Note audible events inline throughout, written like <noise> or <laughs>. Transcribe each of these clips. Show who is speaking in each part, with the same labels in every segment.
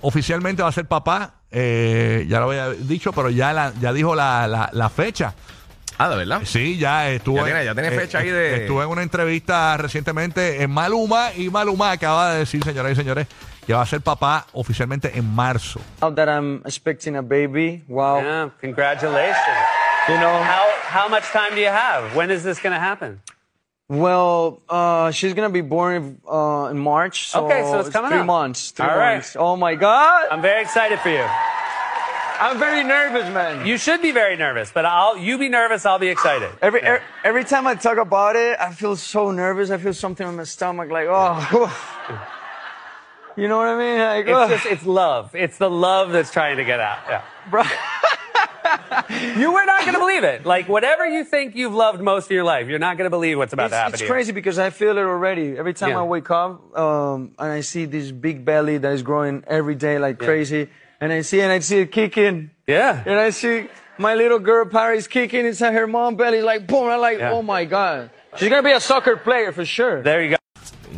Speaker 1: oficialmente va a ser papá, eh, ya lo había dicho, pero ya, la- ya dijo la, la- la fecha.
Speaker 2: Ah, de verdad.
Speaker 1: Sí, ya estuvo.
Speaker 2: Ya tiene- ya tiene fecha ahí de-
Speaker 1: Estuve en una entrevista recientemente en Maluma y Maluma acaba de decir, señoras y señores, que va a ser papá oficialmente en marzo.
Speaker 3: Now that I'm expecting a baby, wow.
Speaker 4: Yeah, congratulations.
Speaker 3: You know,
Speaker 4: How, how much time do you have? When is this going to happen?
Speaker 3: well, uh, she's gonna be born uh, in March. So
Speaker 4: Okay, so it's coming
Speaker 3: three
Speaker 4: up.
Speaker 3: months. Three
Speaker 4: All right.
Speaker 3: months. Oh my God! I'm,
Speaker 4: I'm very excited for you.
Speaker 3: very nervous, man.
Speaker 4: You should be very nervous, but I'll you be nervous, I'll be excited.
Speaker 3: every
Speaker 4: Yeah.
Speaker 3: er- every time I talk about it, I feel so nervous. I feel something in my stomach, like oh. <laughs> you know what I mean? Like, oh,
Speaker 4: It's just it's love. It's the love that's trying to get out. Yeah.
Speaker 3: bro.
Speaker 4: <laughs> You were not going to believe it. Like whatever you think you've loved most of your life, you're not going to believe what's about to happen.
Speaker 3: It's,
Speaker 4: to
Speaker 3: it's
Speaker 4: you.
Speaker 3: crazy because I feel it already. Every time
Speaker 4: Yeah.
Speaker 3: I wake up um, and I see this big belly that is growing every day like crazy, and I see and I see it kicking,
Speaker 4: Yeah.
Speaker 3: and I see my little girl Paris kicking inside her mom belly like boom. I'm like,
Speaker 4: Yeah.
Speaker 3: oh my god, she's gonna be a soccer player for sure.
Speaker 4: There you go.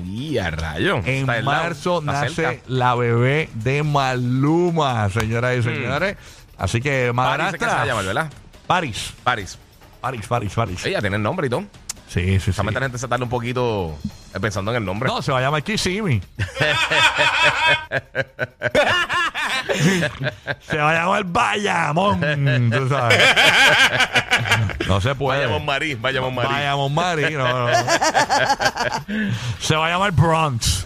Speaker 2: Y a rayo.
Speaker 1: En
Speaker 2: Está al lado,
Speaker 1: marzo
Speaker 2: está
Speaker 1: nace
Speaker 2: cerca.
Speaker 1: la bebé de Maluma, señoras y
Speaker 2: Hmm.
Speaker 1: señores. Así que
Speaker 2: Paris es que se va a llamar,
Speaker 1: madrastra.
Speaker 2: ¿verdad?
Speaker 1: París.
Speaker 2: Paris.
Speaker 1: París, París, París.
Speaker 2: Ella tiene el nombre y todo.
Speaker 1: Sí, sí, sí.
Speaker 2: Solamente la gente se tarda un poquito eh, pensando en el nombre.
Speaker 1: No, se va a llamar Kissimmee. se va a llamar Bayamón, tú sabes. No se puede.
Speaker 2: Vayamos Marí, vayamos Marí.
Speaker 1: Bayamón Mari, no, no, no. Se va a llamar Bronx.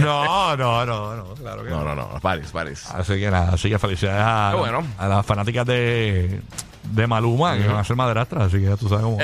Speaker 1: no, no, no, no, claro que no.
Speaker 2: No, no, no. Paris, Paris.
Speaker 1: Así que nada, así que felicidades a,
Speaker 2: Qué bueno.
Speaker 1: a las fanáticas de, de Maluma, que van a ser madrastras, así que ya tú sabes cómo.